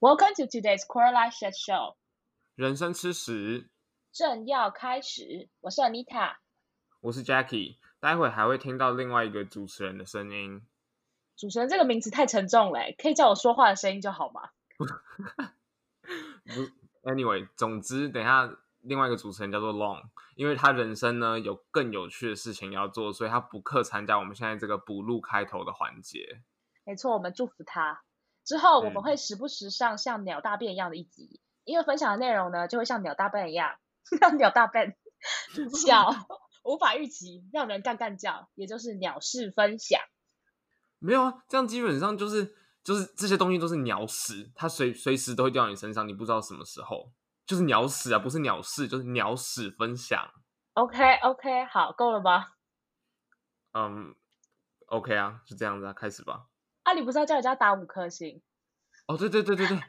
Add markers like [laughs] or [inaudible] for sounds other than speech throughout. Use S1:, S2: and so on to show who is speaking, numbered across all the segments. S1: Welcome to today's Coraline Shed Show，
S2: 人生吃屎，
S1: 正要开始。我是 Anita，
S2: 我是 Jackie，待会还会听到另外一个主持人的声音。
S1: 主持人这个名字太沉重了，可以叫我说话的声音就好吗？
S2: 不，Anyway，总之，等一下另外一个主持人叫做 Long，因为他人生呢有更有趣的事情要做，所以他不克参加我们现在这个补录开头的环节。
S1: 没错，我们祝福他。之后我
S2: 嗯
S1: 们会时不时上像鸟大便一样的一集，因为分享的内容呢就会像鸟大便一样， [laughs] 像鸟大 [laughs] 便小，无法预期，让人干干叫，也就是鸟事分享。
S2: 没有啊，这样基本上就是就是这些东西都是鸟屎，它随随时都会掉到你身上，你不知道什么时候。就是鸟屎啊，不是鸟事，就是鸟屎分享。
S1: OK OK，好，够了吗？
S2: 嗯，OK 啊，就这样子啊，开始吧。
S1: 啊，你不是要叫人家打五颗 [laughs] 星？
S2: 哦，对对对对对，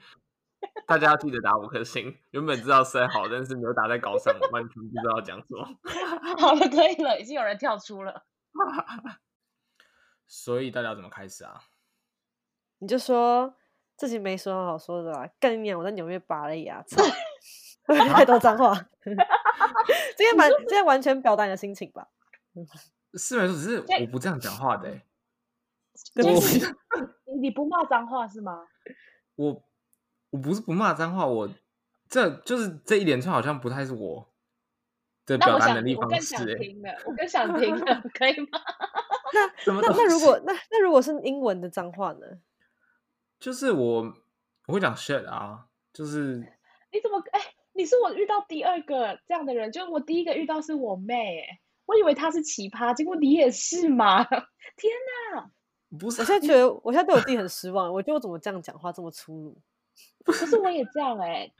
S2: 大家要记得打五颗星。原本知道塞好，但是没有打在稿上，完全不知道讲什么。 [laughs]
S1: 好了，可以了，已经有人跳出了。
S2: 所以大家怎么开始啊？
S3: 你就说自己没什么好说的啦，干你娘！我在纽约拔了牙，
S1: [laughs]
S3: 操会不会太多脏话。这些蛮，这些完全表达你的心情吧。
S2: 是没错，只是
S1: 对
S2: 我不这样讲话的欸、
S3: 对
S1: [laughs] 就
S3: 不
S1: 是
S3: 起，
S1: 你你不骂脏话是吗？
S2: 我我不是不骂脏话，我这就是这一连串好像不太是我的
S1: 那
S2: 表
S1: 我
S2: 达
S1: 想
S2: 能力
S1: 听，我
S2: 方
S1: 更想
S2: 式、欸。
S1: 听了，我
S2: [laughs]
S1: 更想听了，可以吗？ [laughs]
S2: 什么
S3: 那
S2: 东
S3: 那如
S2: 西
S3: 果那那如果是英文的脏话呢？
S2: 就是我我会讲 shit 啊，就是
S1: 你怎么？哎、你是我遇到第二个这样的人，就是我第一个遇到是我妹、哎，我以为她是奇葩，结果你也是嘛？天哪！
S2: 不是
S3: 我现在觉得，我现在对我自己很失望。我觉得我怎么这样讲话这么粗鲁？
S1: [laughs] 可是我也这样哎、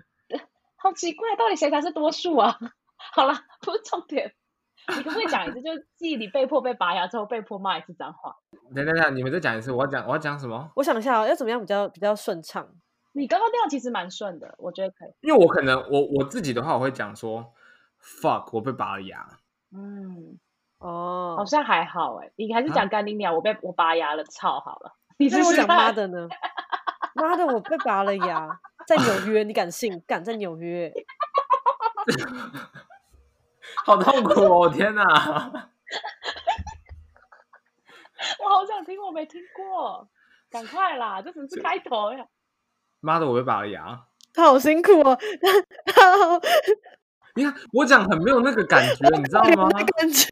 S1: 好奇怪，到底谁才是多数啊？ [laughs] 好啦，不是重点。你可不可以讲一次，就是记你被迫被拔牙之后被迫骂一次脏话？
S2: 等等等，你们再讲一次，我要讲我要讲什么？
S3: 我想一下、哦，要怎么样比较比较顺畅？
S1: 你刚刚那样其实蛮顺的，我觉得可以。
S2: 因为我可能我我自己的话，我会讲说 fuck，我被拔了牙。
S1: 嗯，
S3: 哦，
S1: 好像还好哎、你还是
S2: 啊
S1: 讲干你鸟，我被我拔牙了，操好了。你
S3: 那
S1: 是
S3: 我讲妈，的呢？妈的，我被拔了牙，在纽约，你敢信？敢在纽
S1: [laughs]
S3: 约？
S2: 好痛苦哦！天哪， [laughs]
S1: 我好想听，我没听过，赶快啦，这只是开头呀。
S2: 妈的，我被拔了牙。
S3: 他好辛苦哦，他 [laughs] 好
S2: 你看我讲很没有那个感觉，你知
S1: 哦
S2: 道吗？
S3: 感觉。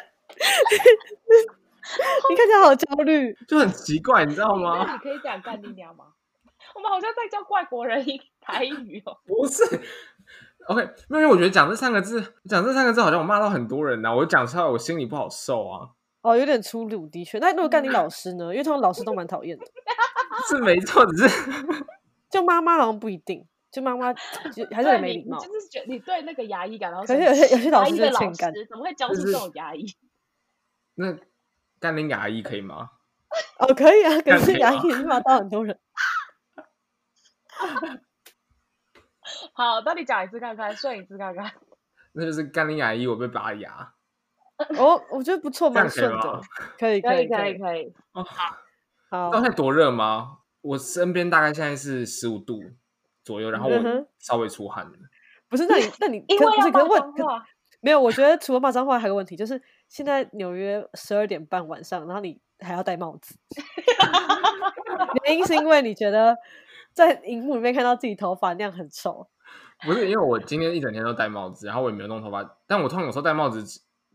S3: [laughs] 你看起来好焦虑，
S2: 就很奇怪，你知道
S1: 你那
S2: 吗 [laughs]
S1: 你？可以讲干你鸟吗？我们好像在教外国人
S3: [laughs]
S1: 一台语哦。
S2: 不是，OK，没有，因为我觉得讲这三个字，讲这三个字好像我骂到很多人呐、我讲出来我心里不好受啊，
S3: 哦，有点粗鲁，的确。那如果干你老师呢？因为通常老师都蛮讨厌的，
S2: 是没错，只是 [laughs]
S3: 就妈妈好像不一定，就妈妈
S1: [laughs]
S3: 就还是
S1: 对
S3: 很没
S1: 你
S3: 礼貌
S1: 你。就是觉得你对那个牙医感到
S3: 可
S1: 生
S3: 是
S1: 气。
S3: 有些有些老
S1: 牙
S3: 师
S1: 医
S3: 就
S1: 的
S3: 是
S1: 老
S3: 欠干
S1: 师怎么会教出
S2: 就
S1: 这
S2: 是
S1: 种牙医？
S2: 那干林牙医可以吗？
S3: 哦，可以啊，可
S2: 干
S3: 是
S2: 你
S3: 牙
S2: 啊
S3: 医也是骂到很多人。
S1: 好，那你讲一次看看，顺一次看看。
S2: 那就是干林牙医，我被拔牙。
S3: 哦，我觉得不错，
S2: 这样
S3: 蛮
S2: 可以
S3: 顺
S2: 吗
S3: 的，可以
S1: 啊可
S3: 可
S1: 以
S3: 以
S1: 可
S3: 可
S1: 以
S3: 以。
S1: 可以，
S3: 好
S1: 哦
S2: 知道，现在多热吗？我身边大概现在是十五度左右，然后
S3: 嗯
S2: 我
S3: 哼
S2: 稍微出汗了。
S3: 不是那你那你
S1: 因
S3: 可
S1: 为
S3: 不
S1: 要啊
S3: 是可是
S1: 骂
S3: 我
S1: 脏
S3: 可
S1: 话，
S3: 没有，我觉得除了骂脏话，还有个问题就是，现在纽约十二点半晚上，然后你还要戴帽子， [laughs] 原因是因为你觉得在荧幕里面看到自己头发那样很丑。！
S2: 不是因为我今天一整天都戴帽子，然后我也没有弄头发，但我通常有时候戴帽子，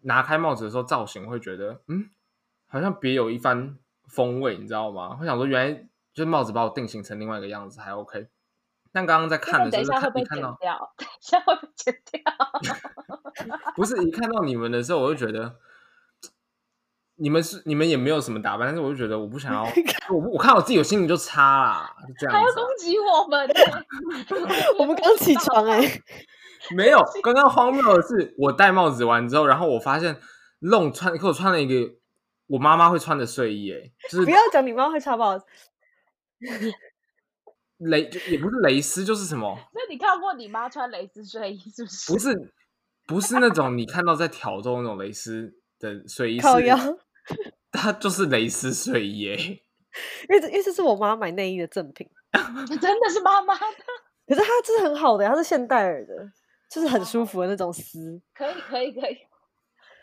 S2: 拿开帽子的时候造型会觉得，嗯，好像别有一番风味，你知道吗？会想说原来就是帽子把我定型成另外一个样子，还 OK。但刚刚在看
S1: 那
S2: 的
S1: 等一
S2: 时候，
S1: 下会
S2: 看
S1: 被
S2: 一
S1: 剪
S2: 看到
S1: 掉，等一下会被剪掉。
S2: 不是一看到你们的时候，我就觉得。你们是你们也没有什么打扮，但是我就觉得我不想要，我不我看我自己我心里就差啦，就这样
S1: 还要
S2: 子啊、
S1: 攻击我们呢
S3: 我们刚起床哎、
S2: 没有，刚刚荒谬的是，我戴帽子完之后，然后我发现弄穿给我穿了一个我妈妈会穿的睡衣，哎，就是
S3: 不要讲你妈会穿帽子，
S2: 蕾，就也不是蕾丝，就是什么，
S1: 那你看过你妈穿蕾丝睡衣是不是？
S2: 不是不是那种你看到在挑逗那种蕾丝的睡衣，
S3: 靠
S2: 是
S3: 腰，
S2: 它就是蕾丝睡衣，哎，
S3: 因为这因为这是我妈买内衣的赠品，
S1: 真的是妈妈的，
S3: 可是它这是很好的，它是现代耳的，就是很舒服的那种丝。
S1: 可以可以可以，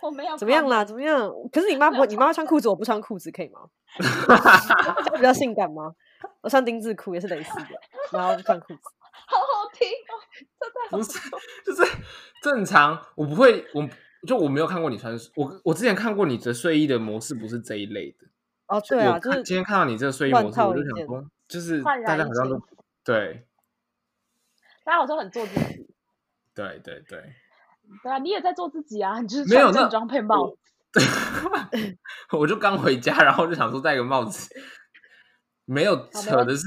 S1: 我没有
S3: 怎么样
S1: 看
S3: 啦？怎么样？可是你妈不会，你妈妈穿裤子，我不穿裤子，可以吗？这样比较性感吗？我穿丁字裤也是蕾丝的，然后不穿裤子。
S1: 好好听哦，真的好
S2: [laughs] 不是，就是正常，我不会，我就我没有看过你穿，我我之前看过你的睡衣的模式不是这一类的，
S3: 哦，对啊，
S2: 我
S3: 就
S2: 看
S3: 是
S2: 今天看到你这个睡衣
S3: 乱
S2: 模式，
S3: 套
S2: 我就
S3: 一
S2: 想
S3: 件
S2: 说，就是
S1: 焕然
S2: 大家
S1: 一
S2: 好像都对
S1: 大家好像很做自己，
S2: 对对对， [laughs]
S1: 对啊，你也在做自己啊，你就是
S2: 没有
S1: 穿
S2: 那
S1: 正装配帽
S2: 我，我就刚回家，然后就想说戴个帽子，没有
S1: 没
S2: 扯
S1: 问
S2: 的是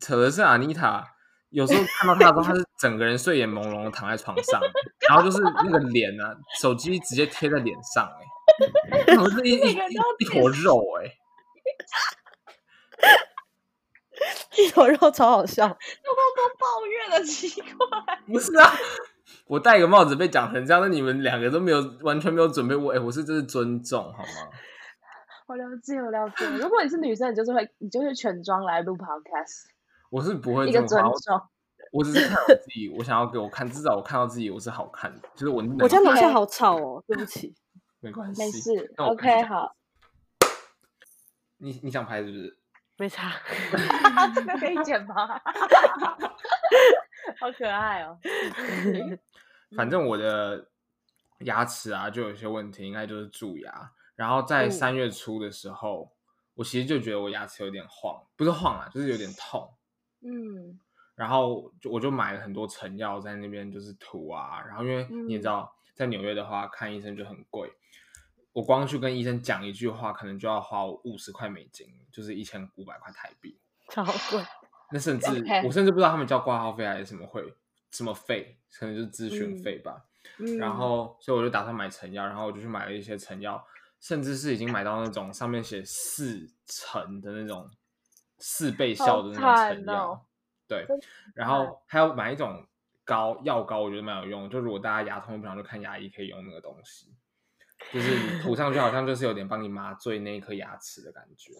S2: 扯的是阿妮塔，有时候看到她的时候，她是整个人睡眼朦胧的躺在床上，然后就是那个脸啊，手机直接贴在脸上、欸， [laughs] 哎，我是一
S1: [laughs]
S2: 一
S1: 每个人
S2: 一
S1: 都要
S2: 一坨肉、欸，哎，
S3: 一头肉超好笑，
S1: 有够多抱怨的奇怪， [laughs]
S2: 不是啊。 [laughs] 我戴个帽子被讲成这样，那你们两个都没有完全没有准备我，哎、我是这是尊重好吗？
S1: 我了解我了
S2: [laughs]
S1: 解。如果你是女生，你就是会你就是全装来录 podcast，
S2: 我是不会
S1: 一
S2: 这
S1: 个
S2: 么
S1: 尊
S2: 夸我
S1: 重。
S2: 我只是看我自己，我想要给我看，至少我看到自己我是好看的，就是我能
S3: 我家楼下
S1: OK
S3: 好吵哦，对不起。
S2: 没关系，
S1: 没事
S2: 那我
S1: ，OK，好， [laughs]
S2: 你你想拍是不是？
S3: 没差，
S1: 这个可以剪吗？ [laughs] 好可爱哦！嗯
S2: 反正我的牙齿啊，就有些问题，应该就是蛀牙。然后在
S3: 嗯
S2: 三月初的时候，我其实就觉得我牙齿有点晃，不是晃啊，就是有点痛。
S1: 嗯，
S2: 然后就我就买了很多成药在那边就是涂啊，然后因为你也知
S1: 嗯
S2: 道，在纽约的话看医生就很贵，我光去跟医生讲一句话，可能就要花五十块美金，就是一千五百块台币。
S3: 超贵。
S2: 那甚至
S1: OK
S2: 我甚至不知道他们叫挂号费还是什么会什么费，可能就是咨询
S1: 嗯
S2: 费吧。
S1: 嗯
S2: 然后所以我就打算买成药，然后我就去买了一些成药，甚至是已经买到那种上面写四成的那种四倍效的那
S1: 好
S2: 种
S1: 惨
S2: 成药，
S1: 哦
S2: 对
S1: 真的，
S2: 然
S1: 惨
S2: 后还有买一种膏药膏，我觉得蛮有用的，就如果大家牙痛不想去看牙医，可以用那个东西。就是你涂上去，好像就是有点帮你麻醉那一颗牙齿的感觉。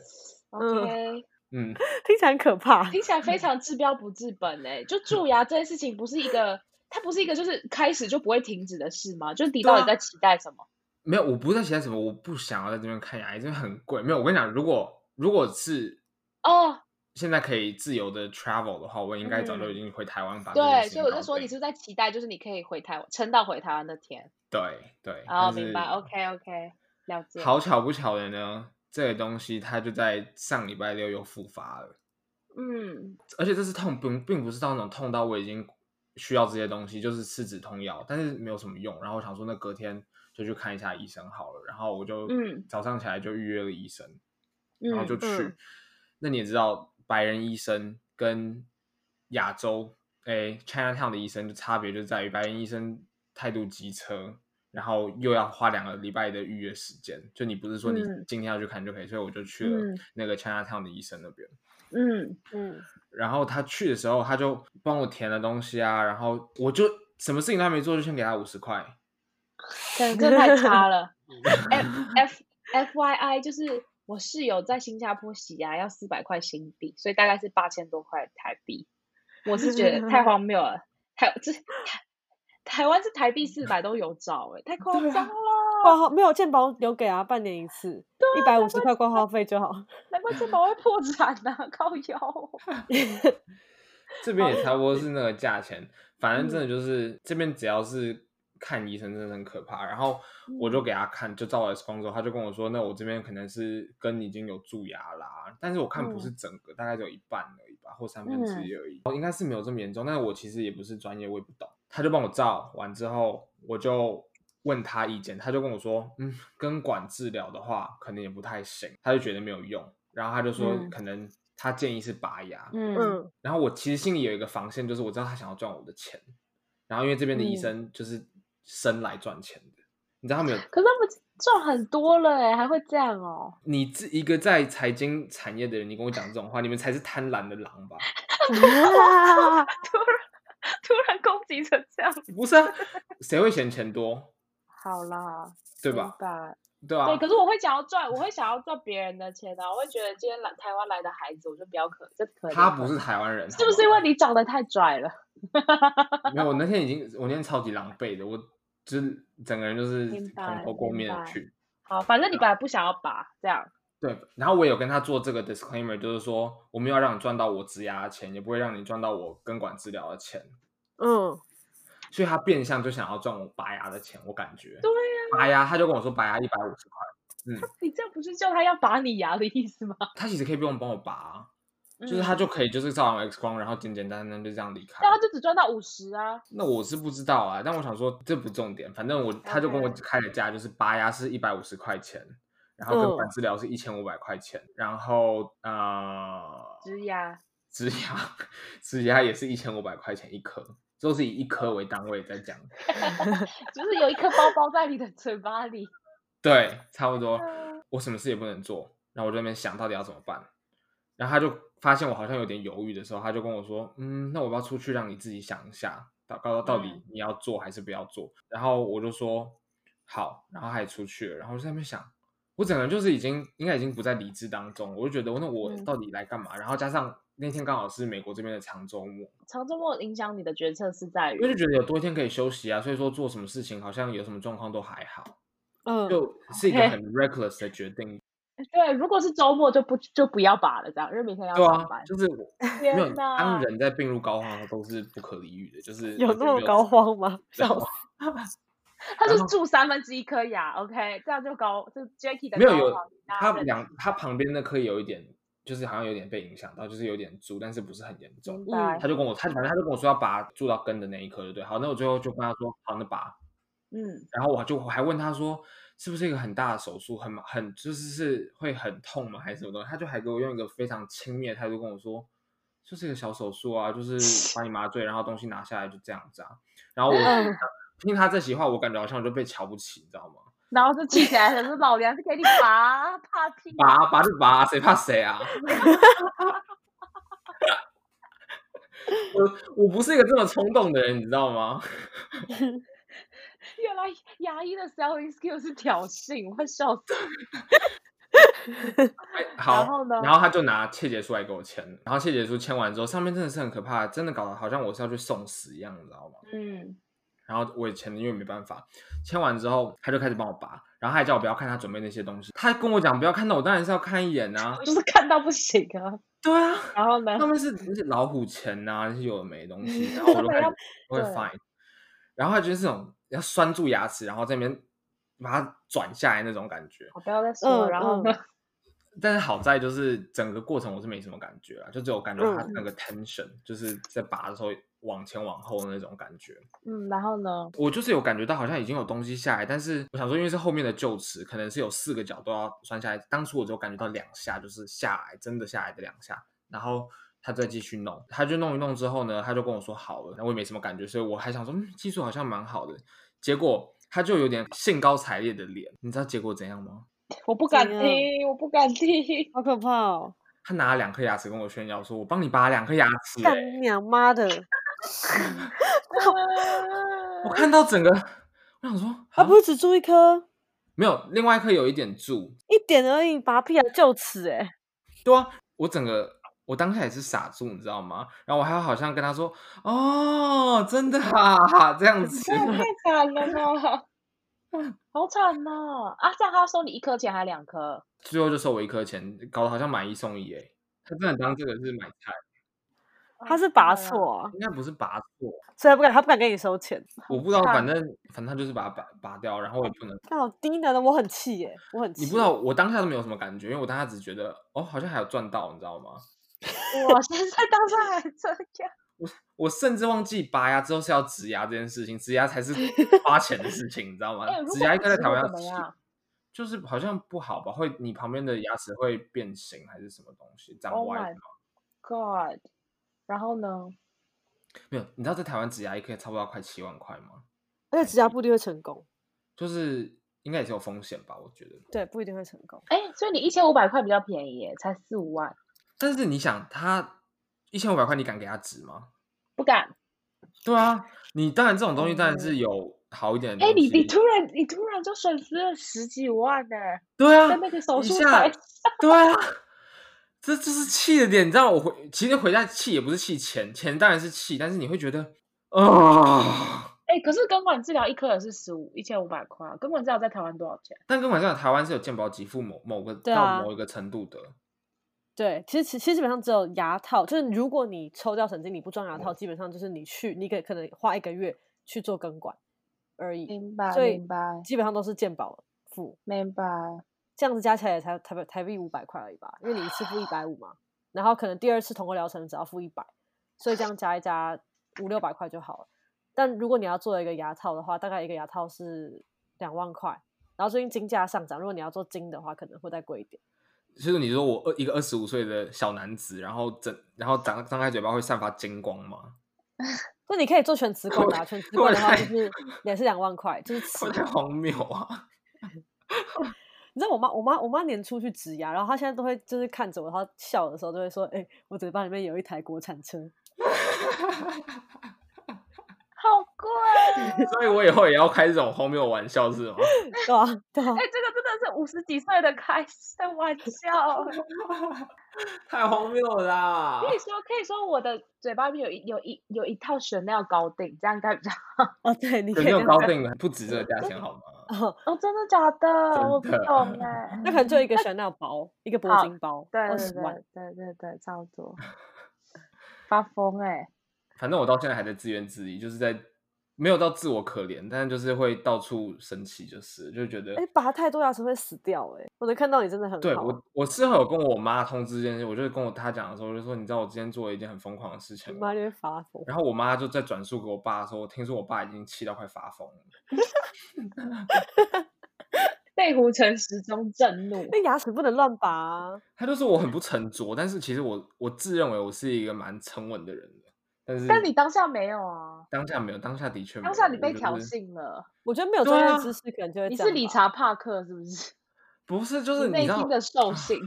S1: ，OK，
S2: 嗯，
S3: 听起来很可怕。
S1: 听起来非常治标不治本哎、就蛀牙这件事情不是一个，它不是一个就是开始就不会停止的事吗？就是你
S2: 对啊
S1: 到底在期待什么？
S2: 没有，我不是在期待什么，我不想要在这边看牙医，这边很贵。没有，我跟你讲，如果如果是
S1: 哦，
S2: 现在可以自由的 travel 的话，我应该早就
S1: 嗯
S2: 已经回台湾把这件
S1: 对，所
S2: 事情
S1: 以我
S2: 搞
S1: 就说你
S2: 定
S1: 是不是在期待，就是你可以回台湾，撑到回台湾那天。
S2: 对对，
S1: 哦，
S2: 但
S1: 明
S2: 是
S1: 白，OK OK，了解。
S2: 好巧不巧的呢，这个东西它就在上礼拜六又复发了，
S1: 嗯，
S2: 而且这次痛并并不是到那种痛到我已经需要这些东西，就是吃止痛药，但是没有什么用。然后我想说，那隔天就去看一下医生好了。然后我就
S1: 嗯
S2: 早上起来就预约了医生，然后
S1: 嗯
S2: 就去。
S3: 嗯
S2: 那你也知道，白人医生跟亚洲诶 Chinatown 的医生的差别就在于，白人医生态度机车，然后又要花两个礼拜的预约时间，就你不是说你
S1: 嗯
S2: 今天要去看就可以，所以我就去了
S1: 嗯
S2: 那个 Chinatown 的医生那边。
S1: 嗯，
S3: 嗯，
S2: 然后他去的时候，他就帮我填了东西啊，然后我就什么事情都还没做，就先给他五十块。
S1: 真的真的太差了。F
S2: [laughs]
S1: F F Y I 就是我室友在新加坡洗牙要四百块新币，所以大概是八千多块台币。我是觉得太荒谬了，台这台台湾是台币四百都有找哎、太夸
S2: 对啊
S1: 张了，
S3: 挂号没有健保留给啊，半年一次，一百五十块挂号费就好。
S1: 难怪这宝会破产呐、靠腰
S2: [laughs]
S1: 哦。
S2: 这边也差不多是那个价钱，反正真的就是这边只要是看医生真的很可怕。然后我就给他看，就照了 X 光之后，他就跟我说，那我这边可能是跟你已经有蛀牙啦，但是我看不是整个，大概只有一半而已吧，或三分之一而已，哦应该是没有这么严重。但是我其实也不是专业，我也不懂。他就帮我照完之后，我就。问他意见，他就跟我说，嗯，根管治疗的话可能也不太行，他就觉得没有用，然后他就说
S1: 嗯
S2: 可能他建议是拔牙，
S1: 嗯
S3: 嗯，
S2: 然后我其实心里有一个防线，就是我知道他想要赚我的钱，然后因为这边的医
S3: 嗯
S2: 生就是生来赚钱的，你知道他们有
S1: 可是他们赚很多了哎、还会这样哦、
S2: 你自一个在财经产业的人，你跟我讲这种话，你们才是贪婪的狼吧？ [laughs]
S1: 突然突然攻击成这样，
S2: 不是啊，谁会嫌钱多，
S1: 好啦，
S2: 对
S1: 明
S2: 吧？
S1: 白？
S2: 对啊
S1: 对，，可是我会想要赚，我会想要赚别人的钱啊！我会觉得今天来台湾来的孩子，我就比较可，这可怜
S2: 他不是台湾人，
S1: 是不是因为你长得太拽了？
S2: 好吗没有？我那天已经，我那天超级狼狈的，我就是整个人就是
S1: 明白
S2: 蓬头垢面
S1: 明
S2: 的
S1: 白
S2: 去。
S1: 好，反正你本来不想要拔，这样
S2: 对，然后我有跟他做这个 disclaimer，就是说我没有让你赚到我植牙的钱，也不会让你赚到我根管治疗的钱，
S3: 嗯，
S2: 所以他变相就想要赚我拔牙的钱，我感觉。
S1: 对啊呀、
S2: 拔牙，他就跟我说拔牙一百五十块，
S1: 你这样不是叫他要拔你牙的意思吗？
S2: 他其实可以不用帮我拔啊，就是
S1: 嗯
S2: 他就可以就是照完 X 光，然后简简单单就这样离开。
S1: 但他就只赚到五十啊，
S2: 那我是不知道啊，但我想说这不重点，反正我他就跟我
S1: OK
S2: 开了价，就是拔牙是一百五十块钱，然后根管
S3: 嗯
S2: 治疗是一千五百块钱，然后呃，
S1: 植牙。
S2: 植牙 [laughs] 植牙也是一千五百块钱一颗，都是以一颗为单位在讲，
S1: 就是有一颗包包在你的嘴巴里。
S2: 对，差不
S1: 啊
S2: 多，我什么事也不能做，然后我就在那边想到底要怎么办，然后他就发现我好像有点犹豫的时候，他就跟我说，嗯，那我要不要出去让你自己想一下，到告到底
S1: 嗯
S2: 你要做还是不要做，然后我就说好，然后他也出去了，然后我就在那边想。我整个人就是已经应该已经不在理智当中，我就觉得那我
S1: 嗯
S2: 到底来干嘛？然后加上那天刚好是美国这边的长周末，
S1: 长周末影响你的决策是在
S2: 因为就
S1: 于，
S2: 觉得有多一天可以休息啊，所以说做什么事情好像有什么状况都还好，
S3: 嗯，
S1: 哦
S2: 就是一个
S1: OK
S2: 很 reckless 的决定，
S1: 对，如果是周末就不就不要拔了，这样，因为明天要
S2: 对
S1: 上
S2: 啊
S1: 班，。
S2: 就是我没有
S1: 天哪！
S2: 当人在病入膏肓的时候都是不可理喻的，就是
S3: 有
S2: 完
S3: 那
S2: 全
S3: 么
S2: 没有啊
S3: 高
S2: 自
S3: 肓吗？
S2: 然
S3: 笑
S2: 后
S3: 死，
S1: 他就
S2: 然后
S1: 蛀三分之一颗牙，OK，这样就高，就 Jacky 的
S2: 没有
S1: 高
S2: 有
S1: 仿
S2: 他
S1: 大家
S2: 两他旁边那颗有一点，就是好像有点被影响到，就是有点蛀，但是不是很严重
S3: 嗯
S1: 明。白
S2: 他就跟我他反正他就跟我说要拔蛀到根的那一颗，对不对？好，那我最后就跟他说好，那拔。
S1: 嗯，
S2: 然后我就我还问他说，是不是一个很大的手术，很麻很就是是会很痛吗，还是什么东西？他就还给我用一个非常轻蔑的态度跟我说，就是一个小手术啊，就是把你麻醉，然后东西拿下来就这样子啊。然后我
S3: 嗯
S2: 听他这席话，我感觉好像我就被瞧不起，你知道吗？
S1: 然后就气起来，可是老娘是给你拔， [laughs] 怕屁啊！
S2: 拔拔就拔，谁怕谁啊？ [laughs] 我我不是一个这么冲动的人，你知道吗？ [laughs]
S1: 原来牙医的 selling skill 是挑衅，我笑死。
S2: 哎好，
S1: 然后呢
S2: 然后他就拿切结书来给我签了，然后切结书签完之后，上面真的是很可怕，真的搞得好像我是要去送死一样，你知道吗？
S1: 嗯，
S2: 然后我也签了，因为没办法，签完之后他就开始帮我拔，然后他还叫我不要看他准备那些东西，他还跟我讲不要看，那我当然是要看一眼啊
S1: 我，就是看到不行啊。
S2: 对啊，
S1: 然后呢？
S2: 上面是那些老虎钳啊呐、那些有的没的东西，然后我就开始我会
S1: 对
S2: fine，然后他就是这种要拴住牙齿，然后在那边把它转下来那种感觉，
S1: 好，不要再说了。
S3: 嗯
S1: 然后呢？
S2: 但是好在就是整个过程我是没什么感觉啊，就只有感觉
S1: 嗯
S2: 它那个 tension，、就是在拔的时候往前往后的那种感觉。
S1: 嗯，然后呢？
S2: 我就是有感觉到好像已经有东西下来，但是我想说，因为是后面的臼齿，可能是有四个角都要拴下来。当初我只有感觉到两下，就是下来真的下来的两下，然后他再继续弄，他就弄一弄之后呢，他就跟我说好了，那我也没什么感觉，所以我还想说，嗯，技术好像蛮好的。结果他就有点兴高采烈的脸，你知道结果怎样吗？
S1: 我不敢
S3: 怎样
S1: 听，我不敢
S2: [laughs]
S1: 听。
S3: 好可怕哦！
S2: 他拿了两颗牙齿跟我炫耀说：“我帮你拔两颗牙齿、欸。”
S3: 干娘妈的，
S2: 我看到整个，我想说，
S3: 啊，
S2: 啊，
S3: 不是只蛀一颗，
S2: 没有，另外一颗有一点蛀，
S3: 一点而已，拔屁啊，就此哎，
S2: 对啊，我整个我当下也是傻住，你知道吗？然后我还好像跟他说，哦，真的啊，这样子，
S1: 那也太惨了吧！好惨呐、啊！这样他收你一颗钱还两颗？
S2: [laughs] 最后就收我一颗钱，搞得好像买一送一哎。他真的当这个是买菜，
S3: 他是拔错啊，
S2: 应该不是拔错，
S3: 所以他不敢，他不敢给你收钱，
S2: 我不知道，
S1: 惨
S2: 反正反正他就是把它拔拔掉，然后我也不能，
S3: 那好低能的，我很气耶，我很气，
S2: 你不知道，我当下都没有什么感觉，因为我当下只觉得，哦，好像还有赚到，你知道吗？
S1: 我现在当上还这样，
S2: 我甚至忘记拔牙之后是要植牙这件事情，植牙才是花钱的事情，你知道吗
S1: 哎？如
S2: 植
S1: 果不
S2: 牙应该在
S1: 植
S2: 台
S1: 会
S2: 湾要
S1: 怎么
S2: 吃
S1: 样
S2: 就是好像不好吧？会你旁边的牙齿会变形还是什么东西长
S1: Oh
S2: 歪
S1: my
S2: 吗？
S1: God！然后呢？
S2: 没有，你知道在台湾植牙一颗差不多要快七万块吗？
S3: 而且指甲不一定会成功，
S2: 就是应该也是有风险吧，我觉得。
S3: 对，不一定会成功，
S1: 哎，所以你一千五百块比较便宜耶，才四五万，
S2: 但是你想，他一千五百块，你敢给他植吗？
S1: 不敢。
S2: 对啊，你当然这种东西当然
S1: 嗯
S2: 是有好一点的
S1: 哎、
S2: 东
S1: 你
S2: 西。
S1: 你突然你突然就损失了十几万呢、
S2: 对啊
S1: 在，那个手
S2: 一
S1: 术
S2: 下
S1: 台，
S2: 对啊，这这是气的点。你知道我回，其实回家气也不是气钱，钱当然是气，但是你会觉得啊。
S1: [laughs] 哎、可是根管治疗一颗也是十五一千五百块啊，根管治疗在台湾多少钱？
S2: 但跟晚上台湾是有健保给付某某个
S3: 对啊
S2: 到某一个程度的，
S3: 对，其实其其实基本上只有牙套，就是如果你抽掉神经，你不装牙套，基本上就是你去，你可可能花一个月去做根管而已，
S1: 明白，
S3: 所以
S1: 明白，
S3: 基本上都是健保付，
S1: 明白。
S3: 这样子加起来也才台币台币五百块而已吧，因为你一次付一百五嘛，然后可能第二次同个疗程只要付一百，所以这样加一加五六百块就好了。但如果你要做一个牙套的话，大概一个牙套是两万块，然后最近金价上涨，如果你要做金的话，可能会再贵一点。
S2: 就是你说我二一个二十五岁的小男子，然后整然后张张开嘴巴会散发金光 [laughs] 吗？
S3: 那你可以做全瓷冠吧，全瓷
S2: [laughs] 我
S3: 冠的话
S2: 来
S3: 就是也是两万块，就是瓷
S2: 会太荒谬啊！
S3: 你知道我妈，我妈，我妈年初去植牙，然后她现在都会就是看着我，她笑的时候都会说：“哎、我嘴巴里面有一台国产车。
S1: 好贵哦！
S2: [laughs] 所以我以后也要开这种荒谬的玩笑是吗？”
S3: 对啊，对啊
S1: 哎、，这个真的是五十几岁的开的玩 [laughs] 笑欸。
S2: [laughs] 太荒谬了啦！
S1: 可以说，可以说我的嘴巴里面有一有一有一套 Chanel 高定，这样应该比较好。
S3: 哦，对，你可
S2: 有
S3: 以
S2: 没有
S3: 这样
S2: 高
S3: 讲
S2: 定的不值这个价钱好吗？
S3: 哦，
S1: 哦，真的假的？我不
S2: 真的
S1: 懂
S2: [laughs]
S1: 哎。
S3: 那可能就
S1: [laughs]
S3: 一个香奈包，一个铂
S1: 好
S3: 金包，
S1: 对
S3: 二
S1: 对
S3: 十万。
S1: 对对对对，差不多。
S2: [laughs]
S1: 发疯哎、
S2: 反正我到现在还在自怨自艾，就是在没有到自我可怜，但是就是会到处生气，就是就觉得
S3: 哎、拔太多牙齿会死掉哎、我能看到你真的很
S2: 对
S3: 好。
S2: 我，我事后有跟我妈通知这件事，我就跟我她讲的时候，我就说你知道我今天做了一件很疯狂的事
S3: 你
S2: 情吗
S3: 妈就会发疯。
S2: 然后我妈就在转述给我爸说，听说我爸已经气到快发疯了。
S1: 内湖城时钟震怒，
S3: 那牙齿不能乱拔、啊，
S2: 她就说我很不沉着，但是其实我我自认为我是一个蛮沉稳的人的，但是
S1: 但你当下没有啊，
S2: 当下没有，当下的确没有
S1: 当下你
S2: 我
S1: 被
S2: 就
S1: 挑
S2: 是
S1: 衅了。
S3: 我觉得没有
S2: 对
S3: 专业
S2: 啊
S3: 知识，可能就会
S1: 你
S3: 这
S1: 是
S3: 样
S1: 理
S3: 吧
S1: 查帕克是不是？
S2: 不是就是
S1: 你内
S2: 知道
S1: 心的兽
S2: [laughs]
S1: 性。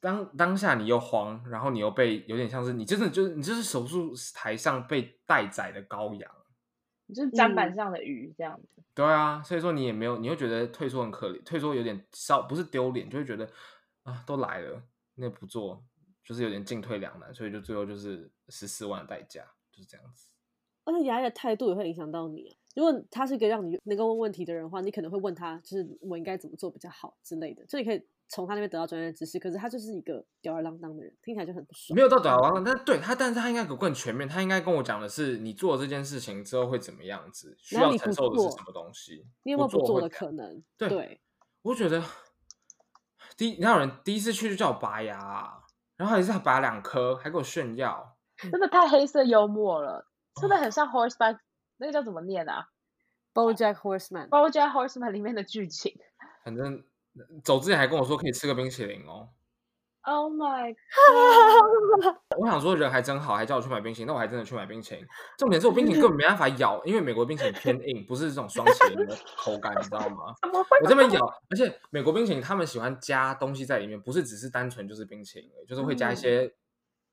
S2: 当当下你又慌，然后你又被有点像是你真的就是你就是手术台上被待宰的羔羊。
S1: 你就是砧板
S3: 嗯
S1: 上的鱼这样子，
S2: [laughs] 对啊，所以说你也没有，你会觉得退缩很可怜，退缩有点稍不是丢脸，就会觉得啊都来了，那不做就是有点进退两难，所以就最后就是十四万的代价就是这样子。
S3: 而且牙医的态度也会影响到你啊。如果他是一个让你能够问问题的人的话，你可能会问他，就是我应该怎么做比较好之类的，就你可以从他那边得到专业知识。可是他就是一个吊儿郎当的人，听起来就很不爽。
S2: 没有到短完了，但对他，但是他应该给我更全面，他应该跟我讲的是你做这件事情之后会怎么样子，需
S3: 然后
S2: 要
S3: 你
S2: 承
S3: 不
S2: 受的是
S3: 做
S2: 什么东西。
S3: 你有没有不做
S2: 会
S3: 的
S2: 怎样
S3: 可能？
S2: 对我觉得第一，哪有人第一次去就叫我拔牙、啊，然后还是拔两颗，还给我炫耀。
S1: 真的太黑色幽默了，真的很像 horseback，那个叫怎么念啊
S3: b o j a c k Horseman，
S1: b o j a Horseman 里面的剧情。
S2: 反正走之前还跟我说可以吃个冰淇淋哦。
S1: Oh my god！
S2: 我想说人还真好，还叫我去买冰淇淋，那我还真的去买冰淇淋。重点是我冰淇淋根本没办法咬，因为美国冰淇淋偏硬，不是这种双麒麟的口感，你知道吗？
S1: 怎么会
S2: [laughs] 我这边
S1: [laughs]
S2: 咬，而且美国冰淇淋他们喜欢加东西在里面，不是只是单纯就是冰淇淋而已，就是会加一
S1: 嗯
S2: 些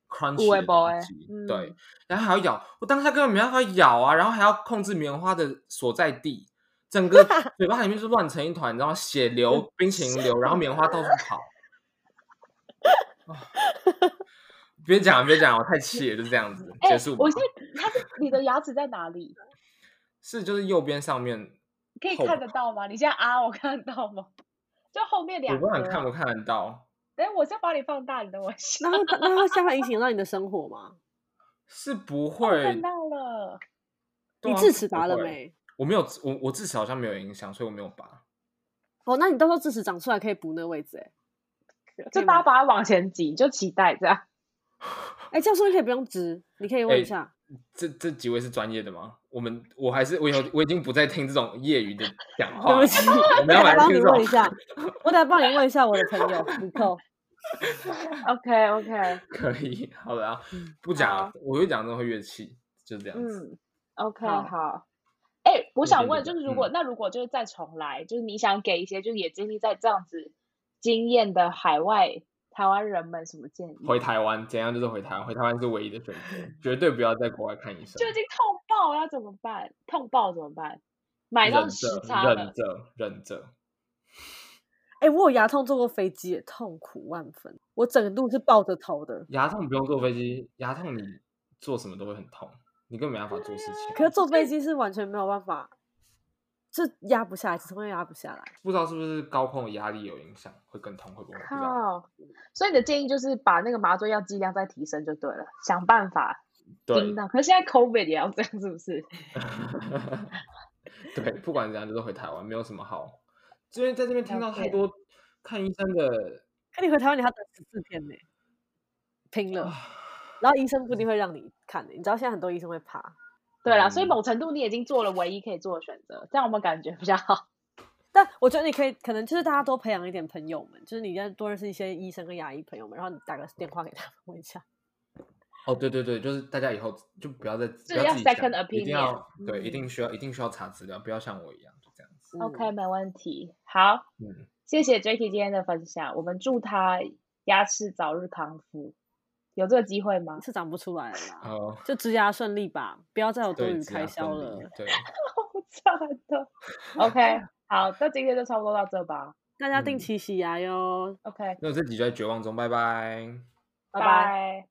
S2: crunchy
S1: 有的
S2: 的东
S1: 没
S2: 西，
S1: 的
S2: 对
S1: 嗯，
S2: 然后还要咬，我当下根本没办法咬啊，然后还要控制棉花的所在地，
S1: [laughs]
S2: 整个嘴巴里面就乱成一团，然后血流、冰淇淋流，然后棉花到处跑。啊别讲了，别讲了，我太气了，就这样子
S1: [laughs] 哎、
S2: 结束吧
S1: 我。现在它是你的牙齿在哪里？
S2: 是就是右边上面，
S1: 可以
S2: 后
S1: 看得到吗？你现在啊，我看得到吗？就后面
S2: 我
S1: 两
S2: 不
S1: 个
S2: 敢看，
S1: 啊。
S2: 我看得到。
S1: 等下我先把你放大，你等我一下。
S3: 那会那会下巴影响到你的生活吗？
S2: 是不
S1: 我
S2: 会，
S1: 看到了，
S2: 对
S3: 你
S2: 啊是
S3: 智齿
S2: 不
S3: 拔了
S2: 会
S3: 没？
S2: 我没有，我我智齿好像没有影响，所以我没有拔。
S3: 哦，那你到时候智齿长出来可以补那个位置哎、
S1: 就
S3: 以
S1: 大家
S3: 吗
S1: 把它往前挤，就期待这
S2: [laughs]
S1: 样。
S3: 哎、这样说你可以不用植，你可以问一
S2: 哎
S3: 下。
S2: 这这几位是专业的吗？我们我还是我有我已经不再听这种业余的讲话
S3: 对
S2: 了，
S3: 不起，
S2: 嗯我
S3: 我
S2: 们
S3: 等 [laughs]
S2: 要
S3: 下
S2: 来
S3: 帮
S2: 听
S3: 你
S2: 这
S3: 问一
S2: 种
S3: 下，我等下帮你问一下我的朋友 n i
S1: OK OK，
S2: [laughs] 可以好了啊，
S3: 嗯
S2: 不讲了，我越讲真的会越气，就是这样子。
S1: 嗯，OK
S3: 好
S1: 好。哎、我
S2: 我
S1: 想
S2: 觉
S1: 问，
S2: 得
S1: 就是如果、
S2: 嗯
S1: 那如果就是再重来，就是你想给一些就是也经历在这样子经验的海外台湾人们什么建
S3: 嗯
S1: 议？
S2: 回台湾怎样就是回台湾，回台湾是唯一的选择，绝对不要在国外看医生
S1: 就。已经痛爆，要怎么办？痛爆怎么办？买到
S2: 忍
S1: 时
S2: 着，
S1: 差
S2: 忍
S1: 了，
S2: 着，忍着。
S3: 哎、我有牙痛，坐过飞机也痛苦万分，我整路是抱着头的。
S2: 牙痛不用坐飞机，牙痛你做什么都会很痛，你根本没办法做事情。
S3: 可是坐飞机是完全没有办法，就压不下来，怎么也压不下来。
S2: 不知道是不是高空的压力有影响，会更痛，会不会？不知道。
S1: 靠！所以你的建议就是把那个麻醉药剂量再提升就对了，想办法盯
S2: 对
S1: 到。可是现在 COVID 也要这样，是不是？ [laughs]
S2: 对，不管怎样，就是回台湾，没有什么好，因为在这边听
S1: 了
S2: 到太
S1: 解
S2: 多看医生的
S3: 可你回台湾，你还要等十四天呢、拼
S2: 啊
S3: 了。然后医生不一定会让你看的、你知道现在很多医生会怕。
S1: 对啦，所以
S2: 嗯
S1: 某程度你已经做了唯一可以做的选择，这样我们感觉比较好。
S3: 但我觉得你可以，可能就是大家多培养一点朋友们，就是你要多认识一些医生跟牙医朋友们，然后你打个电话给他们问一下。
S2: 哦，对对对，就是大家以后就不要再不
S1: 是要
S2: 自己想
S1: second
S2: 一定
S1: opinion
S2: 要对，一
S3: 嗯
S2: 定需要一定需要查资料，不要像我一样就这样子。
S1: OK，没问题。好，
S2: 嗯，
S1: 谢谢 Jacky 今天的分享，我们祝他牙齿早日康复。有这个机会吗 [laughs]
S3: 嗯、？是长不出来了啦，
S2: 哦，
S3: 就植牙顺利吧，不要再有多
S2: 对，
S3: 余
S2: 职涯
S3: 开销
S2: 分离
S3: 了。
S2: 对，
S1: 我操的。OK，好，那今天就差不多到这吧。
S3: 大家定
S2: 嗯
S3: 期洗牙哟，
S1: OK，
S2: 那我这集就在绝望中，拜拜。
S3: 拜拜
S1: 拜。